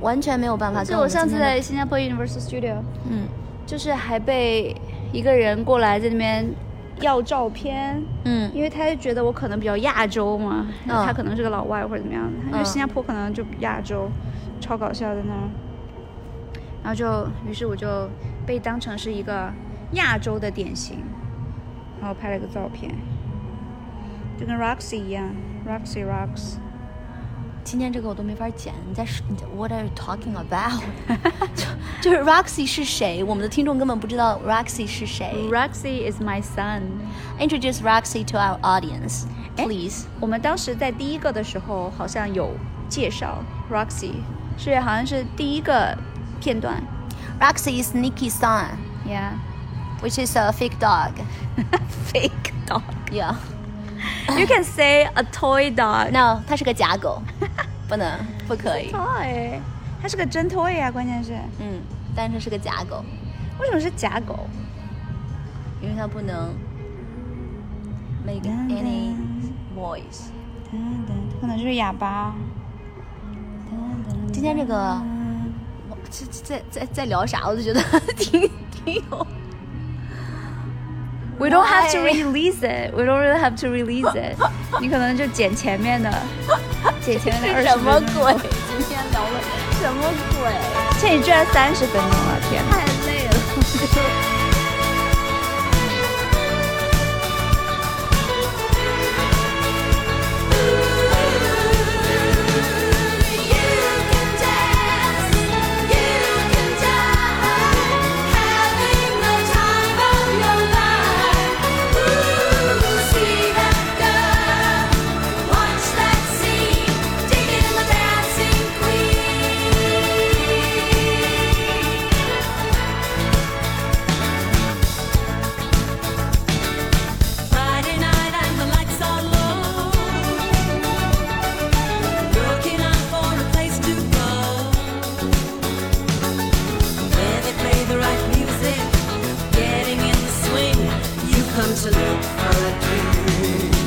[SPEAKER 2] 完全没有办法跟
[SPEAKER 1] 就
[SPEAKER 2] 我
[SPEAKER 1] 我
[SPEAKER 2] 们今
[SPEAKER 1] 上
[SPEAKER 2] 天
[SPEAKER 1] 次
[SPEAKER 2] 的
[SPEAKER 1] 在新加坡 Universal Studio，
[SPEAKER 2] 嗯
[SPEAKER 1] 就是还被一个人过来在那边要照片，
[SPEAKER 2] 嗯
[SPEAKER 1] 因为他就觉得我可能比较亚洲嘛，然后他可能是个老外或者怎么样的，因为
[SPEAKER 2] 嗯
[SPEAKER 1] 新加坡可能就亚洲，超搞笑在那儿。然后就，于是我就被当成是一个亚洲的典型，然后拍了个照片，就跟 Roxy 一样，Roxy Rocks。
[SPEAKER 2] 今天这个我都没法剪，你在说你在 What are you talking about？就就是 Roxy 是谁？我们的听众根本不知道 Roxy 是谁。
[SPEAKER 1] Roxy is my son。
[SPEAKER 2] Introduce Roxy to our audience, please.
[SPEAKER 1] 我们当时在第一个的时候好像有介绍 Roxy，是好像是第一个片段
[SPEAKER 2] Eh？ Roxy is Nikki's son,
[SPEAKER 1] ，Yeah。
[SPEAKER 2] which is a fake dog.
[SPEAKER 1] Fake dog.
[SPEAKER 2] Yeah.
[SPEAKER 1] You can say a toy dog.
[SPEAKER 2] No，它是个 假狗，不能，不可以。
[SPEAKER 1] toy，它是个真 toy 啊，关键是
[SPEAKER 2] 嗯，但是它是个假狗，
[SPEAKER 1] 为什么是假狗
[SPEAKER 2] 因为它不能 make any voice。
[SPEAKER 1] 嗯可能就是哑巴。嗯
[SPEAKER 2] 今天这个，我这这在在在聊啥？我就觉得 挺挺有。
[SPEAKER 1] We don't have to
[SPEAKER 2] Why?
[SPEAKER 1] release it. We don't really have to release it. 你可能就剪前面的，剪前面的二
[SPEAKER 2] 是
[SPEAKER 1] 十
[SPEAKER 2] 什
[SPEAKER 1] 分
[SPEAKER 2] 么
[SPEAKER 1] 钟。
[SPEAKER 2] 鬼？今天聊了什么鬼？
[SPEAKER 1] 这你居然三十分钟了，天哪！
[SPEAKER 2] 太累了。
[SPEAKER 4] Friday night and the lights are low. Looking out for a place to go where they play the right music. Getting in the swing, you come to look for a dream.
[SPEAKER 3] oh,